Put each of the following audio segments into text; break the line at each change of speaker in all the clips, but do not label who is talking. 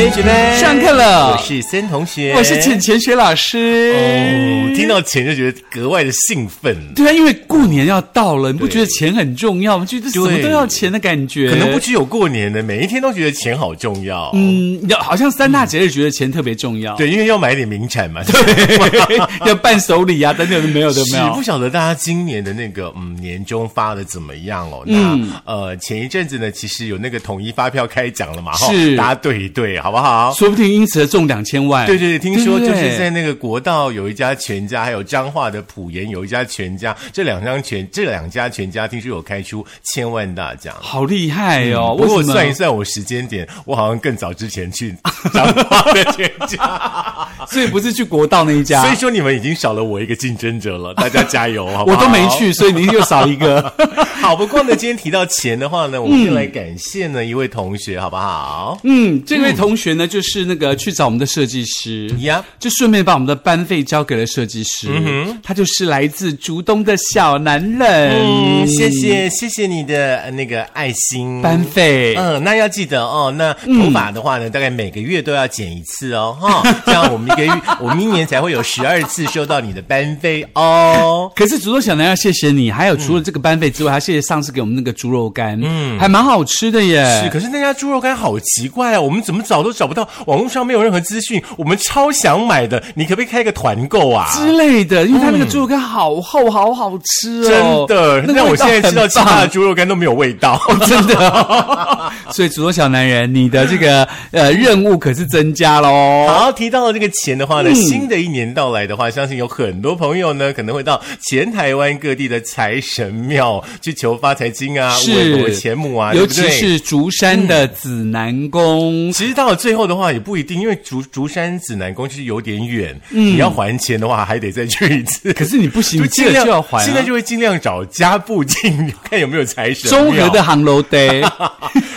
同学们，
上课了
我是森同学，
我是浅浅雪老师。
哦，听到钱就觉得格外的兴奋。
对啊，因为过年要到了，你不觉得钱很重要吗？觉得什么都要钱的感觉，
可能不只有过年的，每一天都觉得钱好重要。
嗯，要好像三大节日觉得钱特别重要，
对，因为要买点名产 嘛，对吗
要伴手礼啊等等都没有的
是
没有
不。晓得大家今年的那个嗯年终发的怎么样哦？那、
嗯
呃前一阵子呢，其实有那个统一发票开奖了嘛，哈
是
大家对一对，好不好？
说不定因此而中两千万。
对对对，听说
哎对
就
不对
是在那个国道有一家全家，还有彰化的普盐有一家全家，这两张全这两家全家听说有开出千万大奖。
好厉害哦！
嗯不过我
为什么
算一算我时间点，我好像更早之前去彰化的全 家，
所以不是去国道那一家
所以，说你们已经少了我一个竞争者了，大家加油，好不
我
好？
都没去，所以您又少一个。
好，不过呢，今天提到钱的话呢，我们就来感谢呢一位同学，好不好？
嗯，这位同学呢，就是那个去找我们的设计师
呀
就顺便把我们的班费交给了设计师。
嗯
他就是来自竹东的小男人，
嗯，谢谢，谢谢你的呃那个爱心。
班费。
嗯，那要记得哦。那头发的话呢，大概每个月都要剪一次哦， 哈、这样我们一个月，我们一年才会有十二次收到你的班费哦。
可是竹东小男要谢谢你，还有除了这个班费之外，还谢谢上次给我们那个猪肉干，嗯，还蛮好吃的耶。
是，可是那家猪肉干好奇怪啊，我们怎么找都找不到，网络上没有任何资讯，我们超想买的，你可不可以开个团购啊？
之类的，因为它那个猪肉干好厚，好好吃
嗯真
哦，
的，
那个
让我
味道
现在吃到
很
其他的
棒
猪肉干都没有味道。
真的、 所以，主动小男人，你的这个呃任务可是增加喽。
好，提到了这个钱的话
嗯
呢，新的一年到来的话，相信有很多朋友呢可能会到前台湾各地的财神庙去求发财金啊、
是
五国钱母啊，对
尤
不嗯
其
对
是竹山的指南宫，
其实到了最后的话也不一定，因为竹竹山指南宫就是有点远，你要还钱的话还得再去一次。
嗯 可是你不行，
就
你
尽
这
量
就要还、啊。
现在就会尽量找家附近看有没有财神
中
庙
和的航楼街，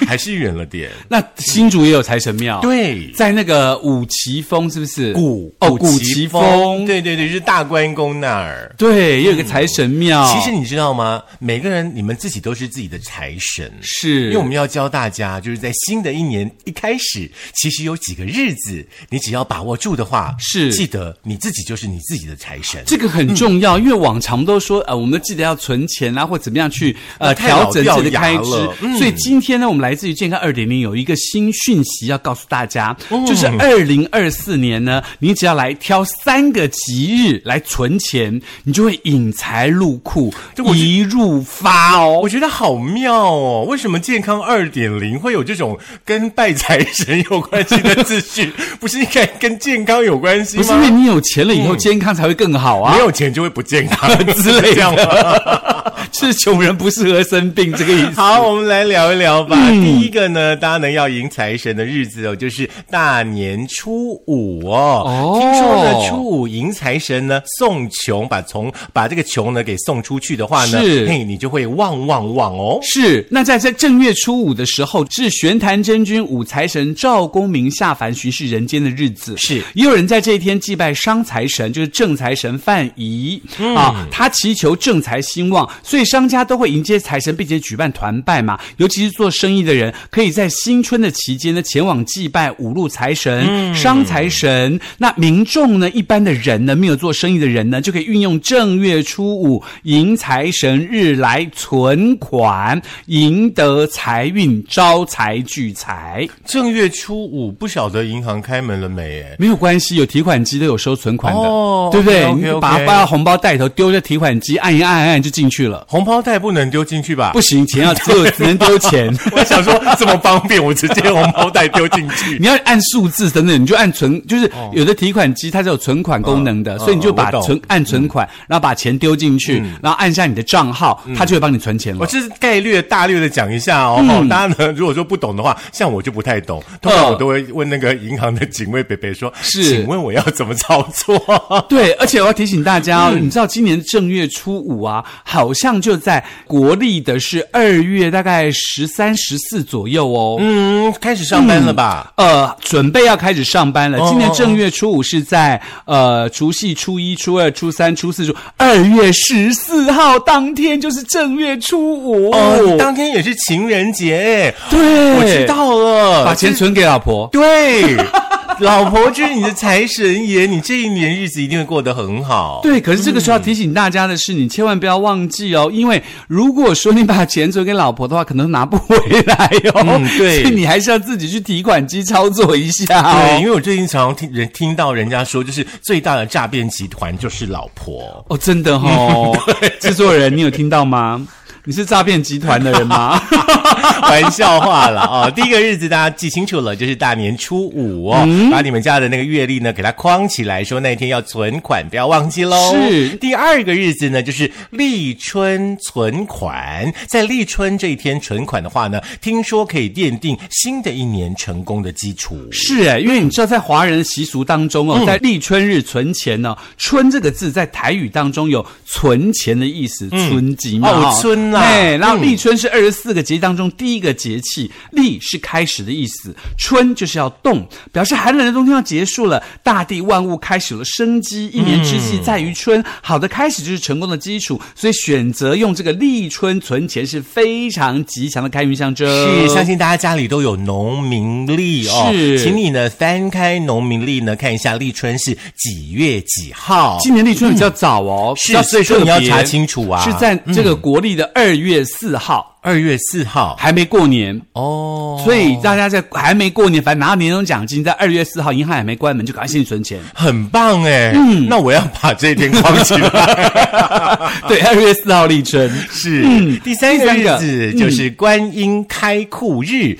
还是远了 点，
那新竹也有财神庙，，
对。
在那个五旗峰是不是？
古
哦，古奇峰，
对对对，就是大关公那儿。
对，也有一个财神庙。
其实你知道吗？每个人你们自己都是自己的财神，
是
因为我们要教大家，就是在新的一年一开始，其实有几个日子，你只要把握住的话，
是
记得你自己就是你自己的财神。
这个很重要，因为往常都说，呃，我们记得要存钱啊，或怎么样去呃
嗯太老
调整自己的
掉牙
开支
了。嗯
所以今天呢，我们来自于健康二点零有一个新讯息要告诉大家，
哦
就是二零二四年呢，你只要来挑三个吉日来存钱，你就会引财入库
这我，觉
一入发
我
哦。
觉得好妙哦！为什么健康二点零会有这种跟拜财神有关系的资讯？ 不是应该跟健康有关系
不
吗？哦
是因为你有钱了以后健康才会更好啊
没，有钱就会不健康
之
是
类的
这样吗？
是穷人不适合生病这个意 思。
好，我们来聊一聊吧。
嗯
第一个呢，大家呢要迎财神的日子哦，就是大年初五哦。
哦
听说呢，初五迎财神呢，送穷，把从把这个穷呢给送出去的话呢，
是
嘿，你就会旺旺旺哦。
是，那在在正月初五的时候，是玄坛真君五财神赵公明下凡巡视人间的日子。
是
也有人在这一天祭拜商财神，就是正财神范蠡、啊，他祈求正财兴旺，所以商家都会迎接财神，并且举办团拜嘛。尤其是做生意的人，可以在新春的期间呢，前往祭拜五路财神、
嗯
商财神。那民众呢，一般的人呢，没有做生意的人呢，就可以运用正月初五迎财神日来存款，赢得财运，招财聚财。
正月初五不晓得银行开门了没？哎，
没有关系，有提款机都有收存款的，
哦
对不对
OK，OK，OK
你就把它放到红包袋里头，丢在提款机，按一按按一按就进去了。
红包袋不能丢进去吧？
不行，钱要只有 只能丢钱，
我想说这么方便，我直接红包袋丢进 去。
你要按数字等等，你就按存，就是有的提款机它是有存款功能的，
嗯
所以你
嗯
就
哦我
把
懂嗯
存按存款，然后把钱丢进去，然后按下你的账号，它就会帮你存钱了
我。哦这是概略大略的讲一下
嗯
哦，哦大家呢如果说不懂的话，像我就不太懂，通常我都会问那个银行的警卫北北说，
是
请问我要怎么操作？ 嗯
对，而且我要提醒大家哦，你知道今年正月初五啊，好像就在国历的是二月大概十三、十四左右哦。
嗯，开始上班了吧？
呃，准备要开始上班了。
哦
今年正月初五是在呃除夕、初一、初二、初三、初四、初二月十四号当天就是正月初五。
哦，当天也是情人节哎，
嗯对，
我知，道了，
把钱存给老婆。
对。 老婆就是你的财神爷，你这一年日子一定会过得很好。
对，可是这个时候要提醒大家的是，你千万不要忘记哦，因为如果说你把钱存给老婆的话，可能拿不回来 哦。
嗯对
所以你还是要自己去提款机操作一下
对，
哦
因。为我最近常常听人听到人家说，就是最大的诈骗集团就是老婆。
哦，真的 哦，制作人，你有听到吗？你是诈骗集团的人吗？
玩笑话了啊、第一个日子大家记清楚了，就是大年初五哦，
嗯
把你们家的那个月历呢给它框起来，说那天要存款，不要忘记喽。
是
第二个日子呢，就是立春存款，在立春这一天存款的话呢，听说可以奠定新的一年成功的基础。
是哎，因为你知道，在华人习俗当中
嗯
哦，在立春日存钱呢、春这个字在台语当中有存钱的意思，存吉嘛、
哦
哈
春啦
哎，然后
嗯
立春是二十四个节气当中第一个节气，立是开始的意思，春就是要动，表示寒冷的冬天要结束了，大地万物开始了生机，一年之计在于春，好的开始就是成功的基础，所以选择用这个立春存钱是非常吉祥的开运象征。
是，相信大家家里都有农民历哦。
是
请你呢翻开农民历呢，看一下立春是几月几号。
今年立春比较早哦，
嗯是
比较
所以说你要
特别
查清楚啊
是在这个国历的二月四号，
二月四号
还没过年。
哦，
所以大家在还没过年，反正拿到年终奖金，在二月四号银行也没关门，就赶快先 存钱。
很棒哎。嗯，那我要把这一天框起 来。
对，二月四号立春。
是，第三个
嗯第
日
三个
子
嗯
就是观音开库日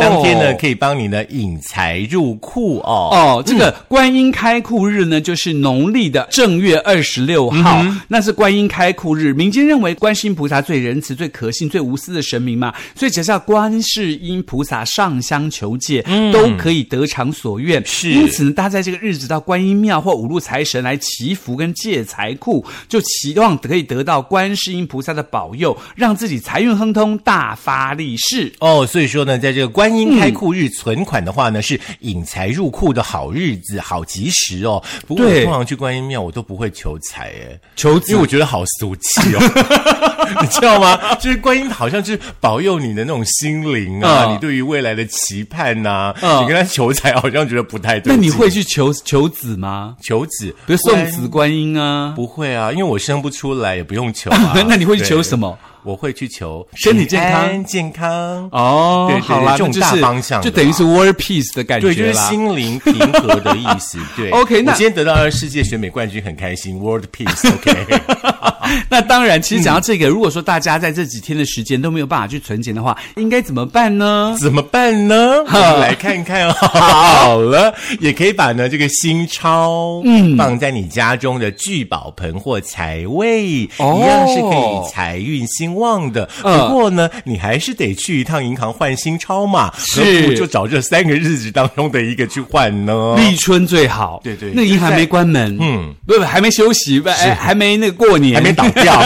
嗯当天呢可以帮你呢引财入库哦。
哦，这个观音开库日呢，就是农历的正月二十六号，那是观音开库日。民间认为观世音菩萨最仁慈、最可信、最无私的神明嘛，所以只要叫观世音菩萨上香求戒，都可以得偿所愿。
是
因此呢，大家在这个日子到观音庙或五路财神来祈福跟借财库，就期望可以得到观世音菩萨的保佑，让自己财运亨通、大发利市。
哦，所以说呢，在这个观音开库日存款的话呢，是引财入库的好日子、好吉时哦。不过我
对
通常去观音庙，我都不会求财，哎，
求子
因为我觉得好俗气哦， 你知道吗？就是观音好像就是保佑你的那种心灵啊，
嗯
你对于未来的期盼呐、
嗯
你跟他求财好像觉得不太对
那
劲。
你会去求求子吗？
求子？
比如送子观音啊，
不会啊，因为我生不出来，也不用求啊
。那你会去求什么
对？我会去求
身体健康
平安健康
哦
对对
好啦，
这种
那就是
大方向的
就
啦
等于是 war peace 的感觉
对，
啦。
就是心灵平和的意思。对
OK，那
我今天得到了世界选美冠军，很开心。World Peace。OK，
那当然，其实讲到这个，如果说大家在这几天的时间都没有办法去存钱的话，应该怎么办呢？
怎么办呢？我们来看看哦。 好了，也可以把呢这个新钞，嗯，放在你家中的聚宝盆或财位，
哦
一样是可以财运兴旺的。
嗯
不过呢，你还是得去一趟银行换新钞嘛，
是
何不就找这三个日子当中的一个去换呢？
立春最好，
哦对对
那银行没关门，嗯，不不，还没休息，不，哎还没那个过年，
还没倒 掉，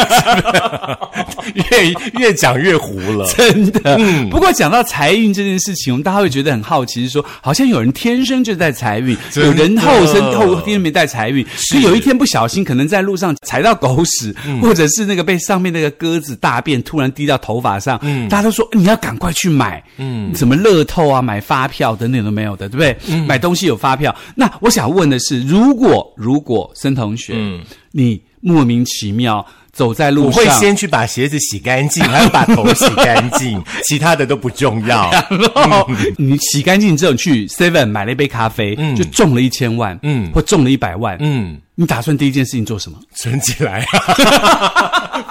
越越讲越糊了。
真的。
嗯
不过讲到财运这件事情，我们大家会觉得很好奇，是说好像有人天生就带财运，
真的
有人后生后天生没带财运，所以有一天不小心，可能在路上踩到狗屎，
嗯
或者是那个被上面那个鸽子大便突然滴到头发上，
嗯
大家都说你要赶快去买，嗯，什么乐透啊、买发票等等都没有的，对不对？
嗯
买东西有发票。那我想问的是，如果如果孙同学，你莫名其妙。走在
嗯
路
我
上，
会先去把鞋子洗干净，还要把头洗干净，其他的都不重 要。
然后你洗干净之后，你去 Seven 买了一杯咖啡，就中了一千万，
嗯
嗯，或中了一百万，嗯，
嗯，
你打算第一件事情做什么？
存起来啊，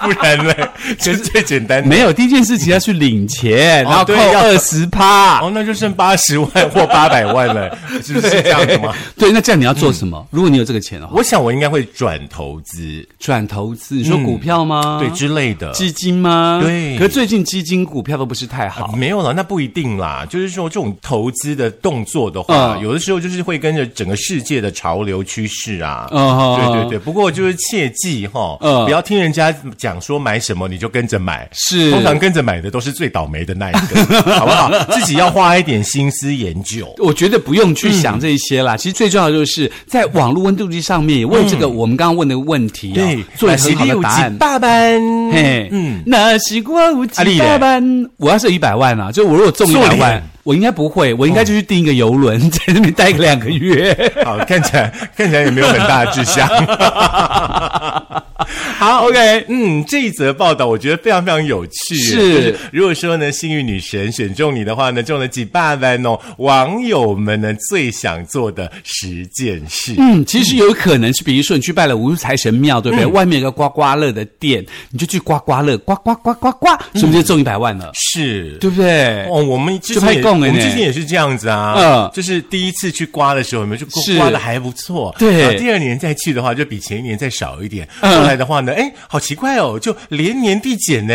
不然嘞， 这是最简单的。
没有，第一件事情要去领钱，
哦
然后扣
对要
二十趴。
哦，那就剩八十万或八百万 了，是不是这样的吗？
对，那这样你要做什
嗯
么？如果你有这个钱的话，
我想我应该会转投资，
转投资，你说股票
嗯
吗？
对之类的。
基金吗？
对
可是最近基金股票都不是太好。
没有了，那不一定啦。就是说，这种投资的动作的话，
嗯
有的时候就是会跟着整个世界的潮流趋势啊。
嗯啊
对对对，不过就是切记哈，
嗯
不要听人家讲说买什么你就跟着买，
是
通常跟着买的都是最倒霉的那一个，好不 好？自己要花一点心思研究。
我觉得不用去想这些
嗯
啦。其实最重要的就是在网络温度计上面也为这个我们刚刚问的问题、啊
对，
做了很好的答案。
爸爸，
嘿，嗯
嗯，
那是我有
啊
几
你
百
嘞
万，我要是有一百万啊，就我如果中一百
做
万
脸，
我应该不会，我应该就去订一个游轮， 在那边待个两个月。
好，看起来 看起来也没有很大的志向。 好，OK，嗯，这一则报道我觉得非常非常有趣。
是
就是如果说呢，幸运女神选中你的话呢，中了几百万哦，网友们呢最想做的十件事。
嗯，其实有可能是，比如说你去拜了五路财神庙，对不对？
嗯
外面有个刮刮乐的店，你就去刮刮乐，刮刮刮刮刮，是不是就中一百万了？
是。
对不对？
哦，我们之
哎就
前
派
也
供
我
了
们
呢
之前也是这样子啊，
嗯
就是第一次去刮的时候，我们就是刮的还不错，
对
然后第二年再去的话，就比前一年再少一点。
嗯
后来的话呢，哎，好奇怪哦，就连年递减呢，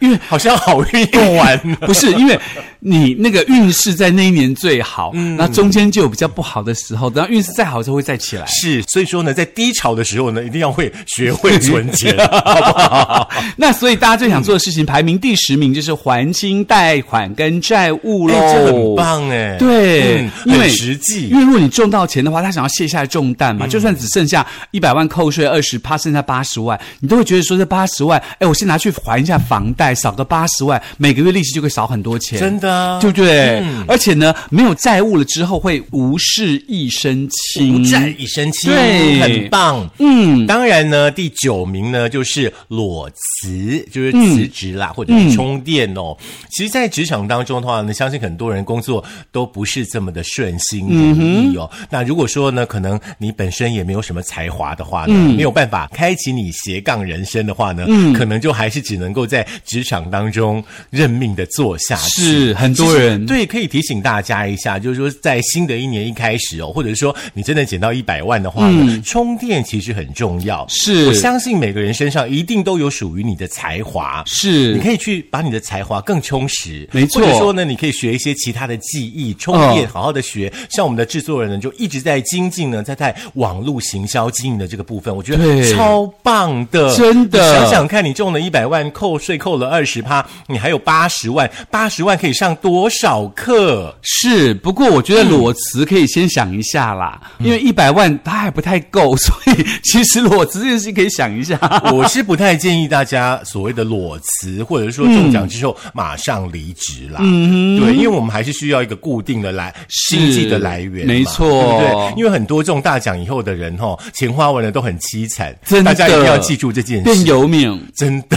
因为。
好像好运用完了
不是，因为你那个运势在那一年最好，
嗯
那中间就有比较不好的时候，等到运势再好的时候会再起来。
是，所以说呢，在低潮的时候呢，一定要会学会存 钱，哎好不好？
那所以大家最想做的事情，排名第十名就是还清贷款跟债务喽，
哎这很棒哎
哦对，
嗯
因为
很实际嗯
因为如果你中到钱的话，他想要卸下重担嘛，就算只剩下一百万扣税二十趴，剩下八十万，你都会觉得说这八十万，哎，我先拿去还一下房贷，少个八十万，每个月利息就会少很多钱，
真的啊
对不对？而且呢，没有债务了之后会无事一身轻，
无债一身轻，
对
很棒。嗯，当然呢，第九名呢就是裸辞，就是
嗯
辞职啦，或者是充电哦。其实，在职场当中的话呢，相信很多人工作都不是这么的顺心
嗯
如意哦。那如果说呢，可能你本身也没有什么才华的话呢，
嗯
没有办法开启你斜杠人生的话呢，可能就还是只能够在职场当中认命的做下去。
是很多人
对，可以提醒大家一下，就是说在新的一年一开始哦，或者说你真的捡到一百万的话呢，充电其实很重要。
是
我相信每个人身上一定都有属于你的才华。
是
你可以去把你的才华更充实，
没错嗯
或者说呢，你可以学一些其他的技艺，充电，好好的学。像我们的制作人呢，就一直在精进呢，在在网络行销经营的这个部分，我觉
对
得超棒的，
真的
你想想看，你中了一百万，扣税扣了二十趴，你还有八十万，八十万可以上多少课？
是，不过我觉得裸辞可以先想一下啦，因为一百万它还不太够， 所以其实裸辞这件事情可以想一下。
我是不太建议大家所谓的裸辞，或者说中奖之后马上离职啦。嗯，对，因为我们还是需要一个固定的来经济的来源嘛，
没错
对不对？因为很多中大奖以后的人哈、哦，钱花完了都很凄惨，
真的
大家一定要记住这件
变
事，
游民。
真的。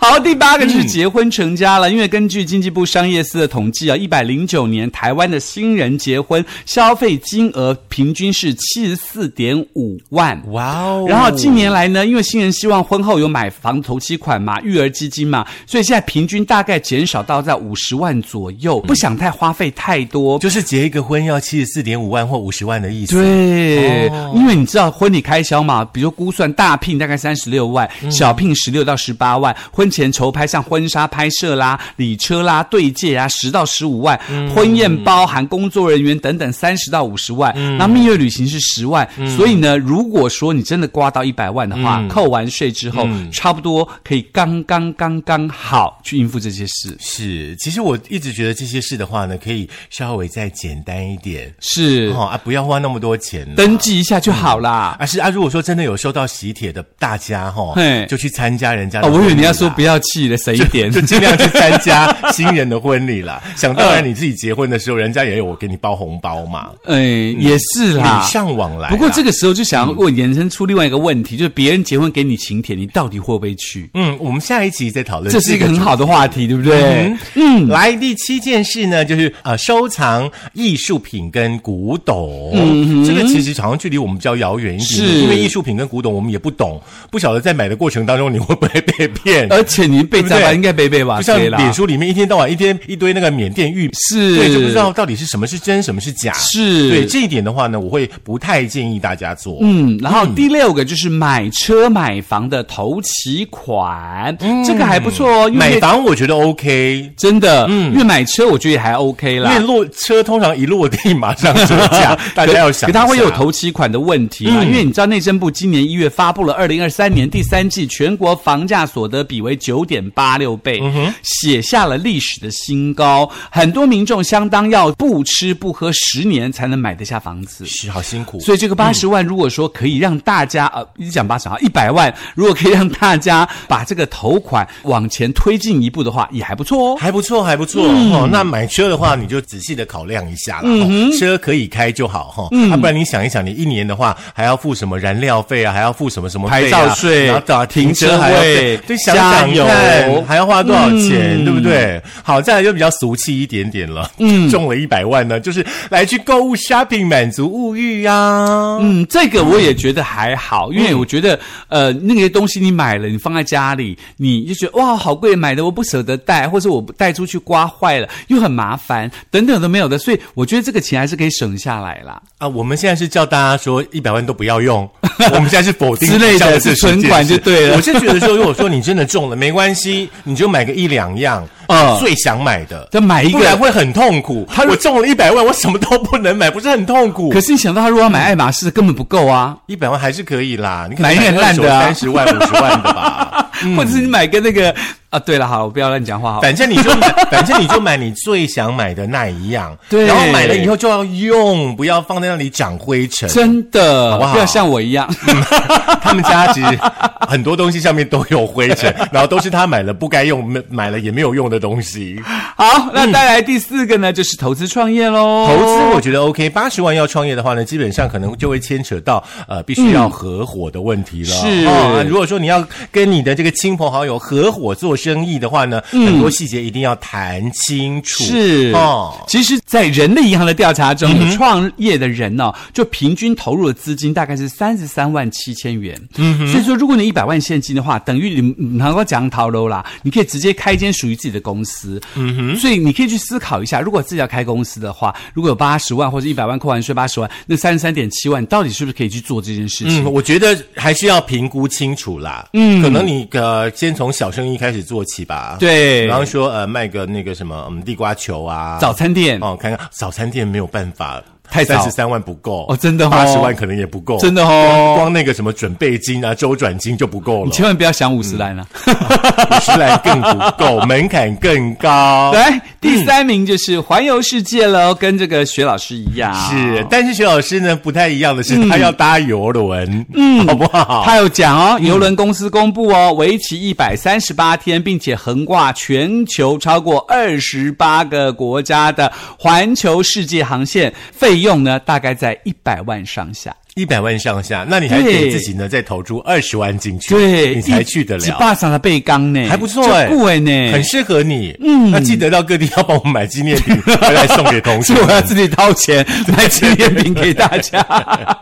好，第八个就是结婚成家了，因为根据经济部商业司的统计啊，一百零九年台湾的新人结婚消费金额平均是七十四点五万。
哇哦
然后近年来呢，因为新人希望婚后有买房头期款嘛、育儿基金嘛，所以现在平均大概减少到在五十万左右，不想太花费太多。
就是结一个婚要七十四点五万或五十万的意思。
对，因为你知道婚礼开销嘛，比如估算大聘大概三十六万，小聘十六到十八万，婚前筹拍像婚纱拍摄啦、礼车啦、对戒啊十到十五万，婚宴包含工作人员等等三十到五十万，那蜜月旅行是十万，所以呢，如果说你真的刮到一百万的话，扣完税之后，差不多可以刚刚刚刚好去应付这些事。
是，其实我一直觉得这些事的话呢，可以稍微再简单一点，
是，
哦啊，不要花那么多钱啦。
登记一下就好啦。
啊是啊，如果说真的有收到喜帖的大家哈、
嘿
就去参加人家的
哦，
婚礼
我
啦。
以为你要说不要气了，省一点。
就 尽量去参加新人的婚礼啦。 想当然，你自己结婚的时候，人家也有给你包红包嘛，
哎，也是
礼
啦。
尚往来啦。
啊不过这个时候就想要问衍生出另外一个问题，就是别人结婚给你请帖，你到底会不会去？
嗯，我们下一集再讨论。
这是一个很好的话题，对不对？
嗯，来第七件事呢，就是呃，收藏艺术品跟古董。这个其实好像距离我们比较遥远一点，
嗯是
因为艺术品跟古董我们也不不懂，不晓得在买的过程当中你会不会被骗。
而且你被砸
对不
吧，
对
应该被被吧，
就像
对啦
脸书里面一天到晚一天一堆那个缅甸玉
是
对，就不知道到底是什么是真，什么是假。
是
对这一点的话呢，我会不太建议大家做。
嗯，然后第六个就是买车买房的头期款，这个还不错哦，
嗯
因为
买房我觉得 OK，
真的，嗯，因为买车我觉得也还 OK
因
啦
为。落车通常一落地马上 折价，大家要想
可
一下，嗯
它会有头期款的问题啊嘛？因为你知道内政部今年一月发布了二零二三年第三季全国房价所得比为九点八六倍，
嗯
写下了历史的新高。很多民众相当要不吃不喝十年才能买得下房子。
是好辛苦。
所以这个八十万，如果说可以让大家、呃，你讲八十啊，一百万，如果可以让大家把这个头款往前推进一步的话，也还不错哦。嗯
还不错，还不错、哦。那买车的话，你就仔细的考量一下啦。哦、车可以开就好哈，哦
嗯
啊不然你想一想，你一年的话还要付什么燃料费啊，还要付什么什么费啊
牌照税
然后打停
停
车
车
还要
位
费，对，想想
加油嗯
看还要花多少钱，对不对？好，再来就比较俗气一点点了。嗯，中了一百万呢，就是来去购物 shopping 满足物欲呀、啊。
嗯，这个我也觉得还好，因为
嗯
我觉得，呃，那个东西你买了，你放在家里，你就觉得哇，好贵，买的我不舍得带，或者我不带出去刮坏了，又很麻烦，等等都没有的，所以我觉得这个钱还是可以省下来啦。
啊，我们现在是叫大家说一百万都不要 用，我们现在是否定
之类的
这样这
是存款
件事
就对了
我是觉得说，如果说你真的中了，没关系，你就买个一两样，
嗯
最想买的，
再买一
不然
个。
会很痛苦。
他如
我中了一百万，我什么都不能买，不是很痛苦
可？是你想到他如果要买爱马仕，根本不够啊，
一百万还是可以啦，你可
买
能
一点烂的啊
三 十万、五十万的吧。
或者是你买个那个啊，对了，好，我不要乱讲话，好了。
反正你就买， 反正你就买你最想买的那一样，
对
然后买了以后就要用，不要放在那里长灰尘。
真的，
不好
要像我 一样，
他们家其实 很多东西上面都有灰尘， 然后都是他买了不该用、没买了也没有用的东西。
好，那带来第四个呢，就是投资创业喽。
投资我觉得 OK，八十万要创业的话呢，基本上可能就会牵扯到呃，必须要合伙的问题了。
嗯是
哦，如果说你要跟你的这个亲朋好友合伙做生意的话呢，很多细节一定要谈清楚。
嗯是
哦。
其实，在人力银行的调查中，创业的人呢、就平均投入的资金大概是三十三万七千元。嗯所以说，如果你一百万现金的话，等于你你能够讲逃楼啦，你可以直接开一间属于自己的公司。嗯哼，所以你可以去思考一下，如果自己要开公司的话，如果有八十万或者一百万扣完税八十万，那三十三点七万到底是不是可以去做这件事情？
嗯，我觉得还是要评估清楚啦。嗯，可能你呃先从小生意开始做起吧。
对
比方说呃卖个那个什么嗯地瓜球啊，
早餐店
哦，看看早餐店没有办法，
嗯太早
三十三万不够
哦真的哦
八十万可能也不够，
真的
光
哦，
光那个什么准备金啊、周转金就不 够了
你，千万不啊要想五十来了。
五十来更不 够，门槛更高。
来，第三名就是环游世界喽，跟这个薛老师一样，
是，但是徐老师呢不太一样的是，
嗯
他要搭游轮，嗯，好不好？
他有讲哦，邮轮公司公布哦，为期一百三十八天，并且横跨全球超过二十八个国家的环球世界航线，费用呢大概在一百万上下。
一百万上下，那你还给
对
自己呢再投入二十万进去，
对，
你才去得
是
了。
霸上的背缸呢，
还不错哎、
就顾哎呢，
很适合你。嗯，那记得到各地要帮我们买纪念品回来送给 同
是啊
事。
我要自己掏 钱买纪念品给大家。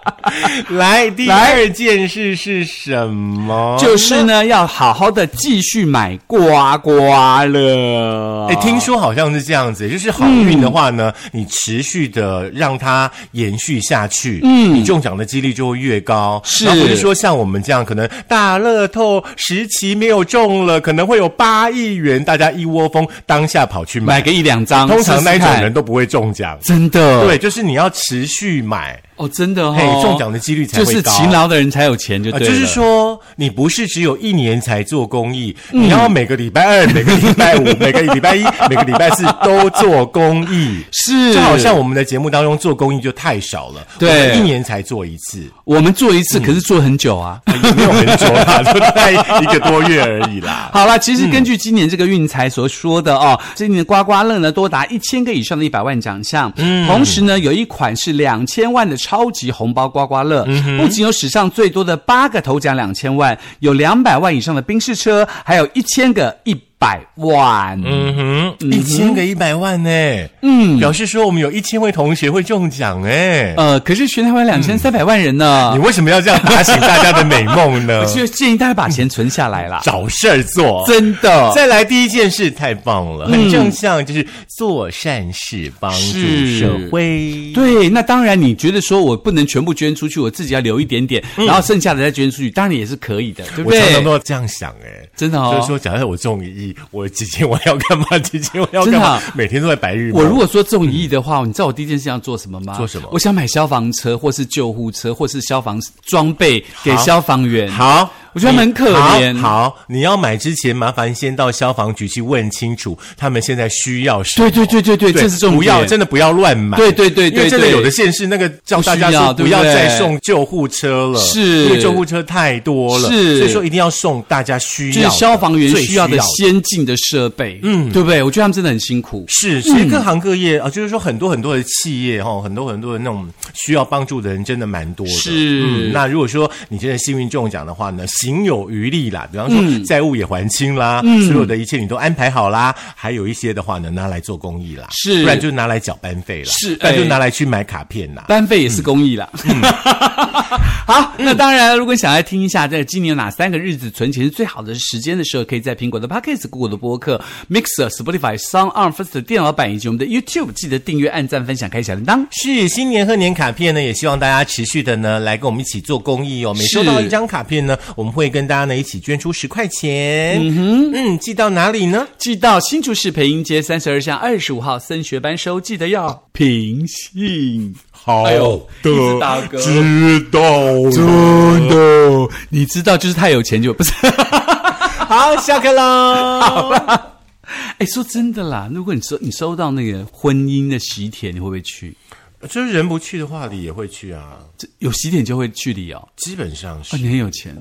来，第二件事是什么？嗯
就是呢，要好好的继续买刮刮乐。
哎，听说好像是这样子，就是好运的话呢，你持续的让它延续下去，嗯，你中奖的几率就会越高。
是
然后不是说像我们这样，可能大乐透十期没有中了，可能会有八亿元，大家一窝蜂当下跑去买。
买个一两张，
通常那一种
试试看
人都不会中奖，
真的
对，就是你要持续买，
哦，真的
嘿
哦，，
中奖的几率才
就
会高。
是勤劳的人才有钱，就
啊，
对了。
就是说，你不是只有一年才做公益，你要每个礼拜二、每个礼拜五、每个礼拜一、每个礼拜四都做公益。
是，
就好像我们的节目当中做公益就太少了，
对
我们一年才做一次，
我们做一
嗯
次，可是做很久啊。
也没有很久啦，就在一个多月而已 啦。
好啦，其实根据今年这个运财所说的哦，今年的刮刮乐呢多达一千个以上的一百万奖项，嗯，同时呢有一款是两千万的超级红包刮刮乐，
嗯
不仅有史上最多的八个头奖两千万，有两百万以上的宾士车，还有一千个一百万。
嗯哼，一千个一百万呢、嗯，表示说我们有一千位同学会中奖哎、
呃，可是全台湾两千三百万人呢
你，为什么要这样打醒大家的美梦呢
我？就建议大家把钱存下来 啦，
找事儿做，
真的。
再来第一件事，太棒
嗯
了，很正向，就是做善事，帮助
是
社会。
对，那当然，你觉得说我不能全部捐出去，我自己要留一点点，然后剩下的再捐出去，当然也是可以的，对
嗯
不
我常常
对？
都这样想哎、
真的哦
就是说，假设我中一亿，我几千我要干嘛？几千我要干
真的
嘛
啊？
每天都在白日梦。
我如果说中一亿的话，你知道我第一件事要做什么吗？
做什么
我想买消防车，或是救护车，或是消防装备给消防员。
好，
我觉得他们很可怜
你好。好，你要买之前，麻烦先到消防局去问清楚，他们现在需要什么。
对对对对对，这是重点。
不要真的不要乱买。
对对对
因为
对
真的
对
有的县市那个叫大家
不需
说
要
不要
对不对
再送救护车了，
是
因为救护车太多了，
是
所以说一定要送大家需
就
要
是
的
消防员
最
需
需
要
要
的先进的设备，嗯，对不对？我觉得他们真的很辛苦。
是，所以各行各业啊，就是说很多很多的企业哈，很多很多的那种需要帮助的人真的蛮多的。
是
嗯，那如果说你真的幸运中奖的话呢，行有余力啦，比方
嗯
说债务也还清啦，所有的一切你都安排好啦，还有一些的话呢，拿来做公益啦，
是
不然就拿来缴班费啦，
是
不然就
哎
拿来去买卡片啦。
班费也是公益啦。
嗯
好，那当然，如果想要听一下在今年哪三个日子存钱是最好的时间的时候，可以在苹果的 Podcast、Google 的播客、Mixer、Spotify、Sound On、First 的电脑版以及我们的 YouTube，记得订阅、按赞、分享、开小铃铛。
是新年贺年卡片呢，也希望大家持续的呢来跟我们一起做公益哦。每收到
是
一张卡片呢，我们会跟大家呢一起捐出十块钱。嗯哼，嗯，寄到哪里呢？
寄到新竹市培英街三十二巷二十五号升学班收，记得要平信。
好
哎呦一直打嗝
知道了。
真的，你知道，就是太有钱就不是。
好，下课 喽。
哎，说真的啦，如果你收你收到那个婚姻的喜帖，你会不会去？
就是人不去的话，你也会去啊，
这有喜帖就会去的哦。
基本上
啊，
是。
你很有钱。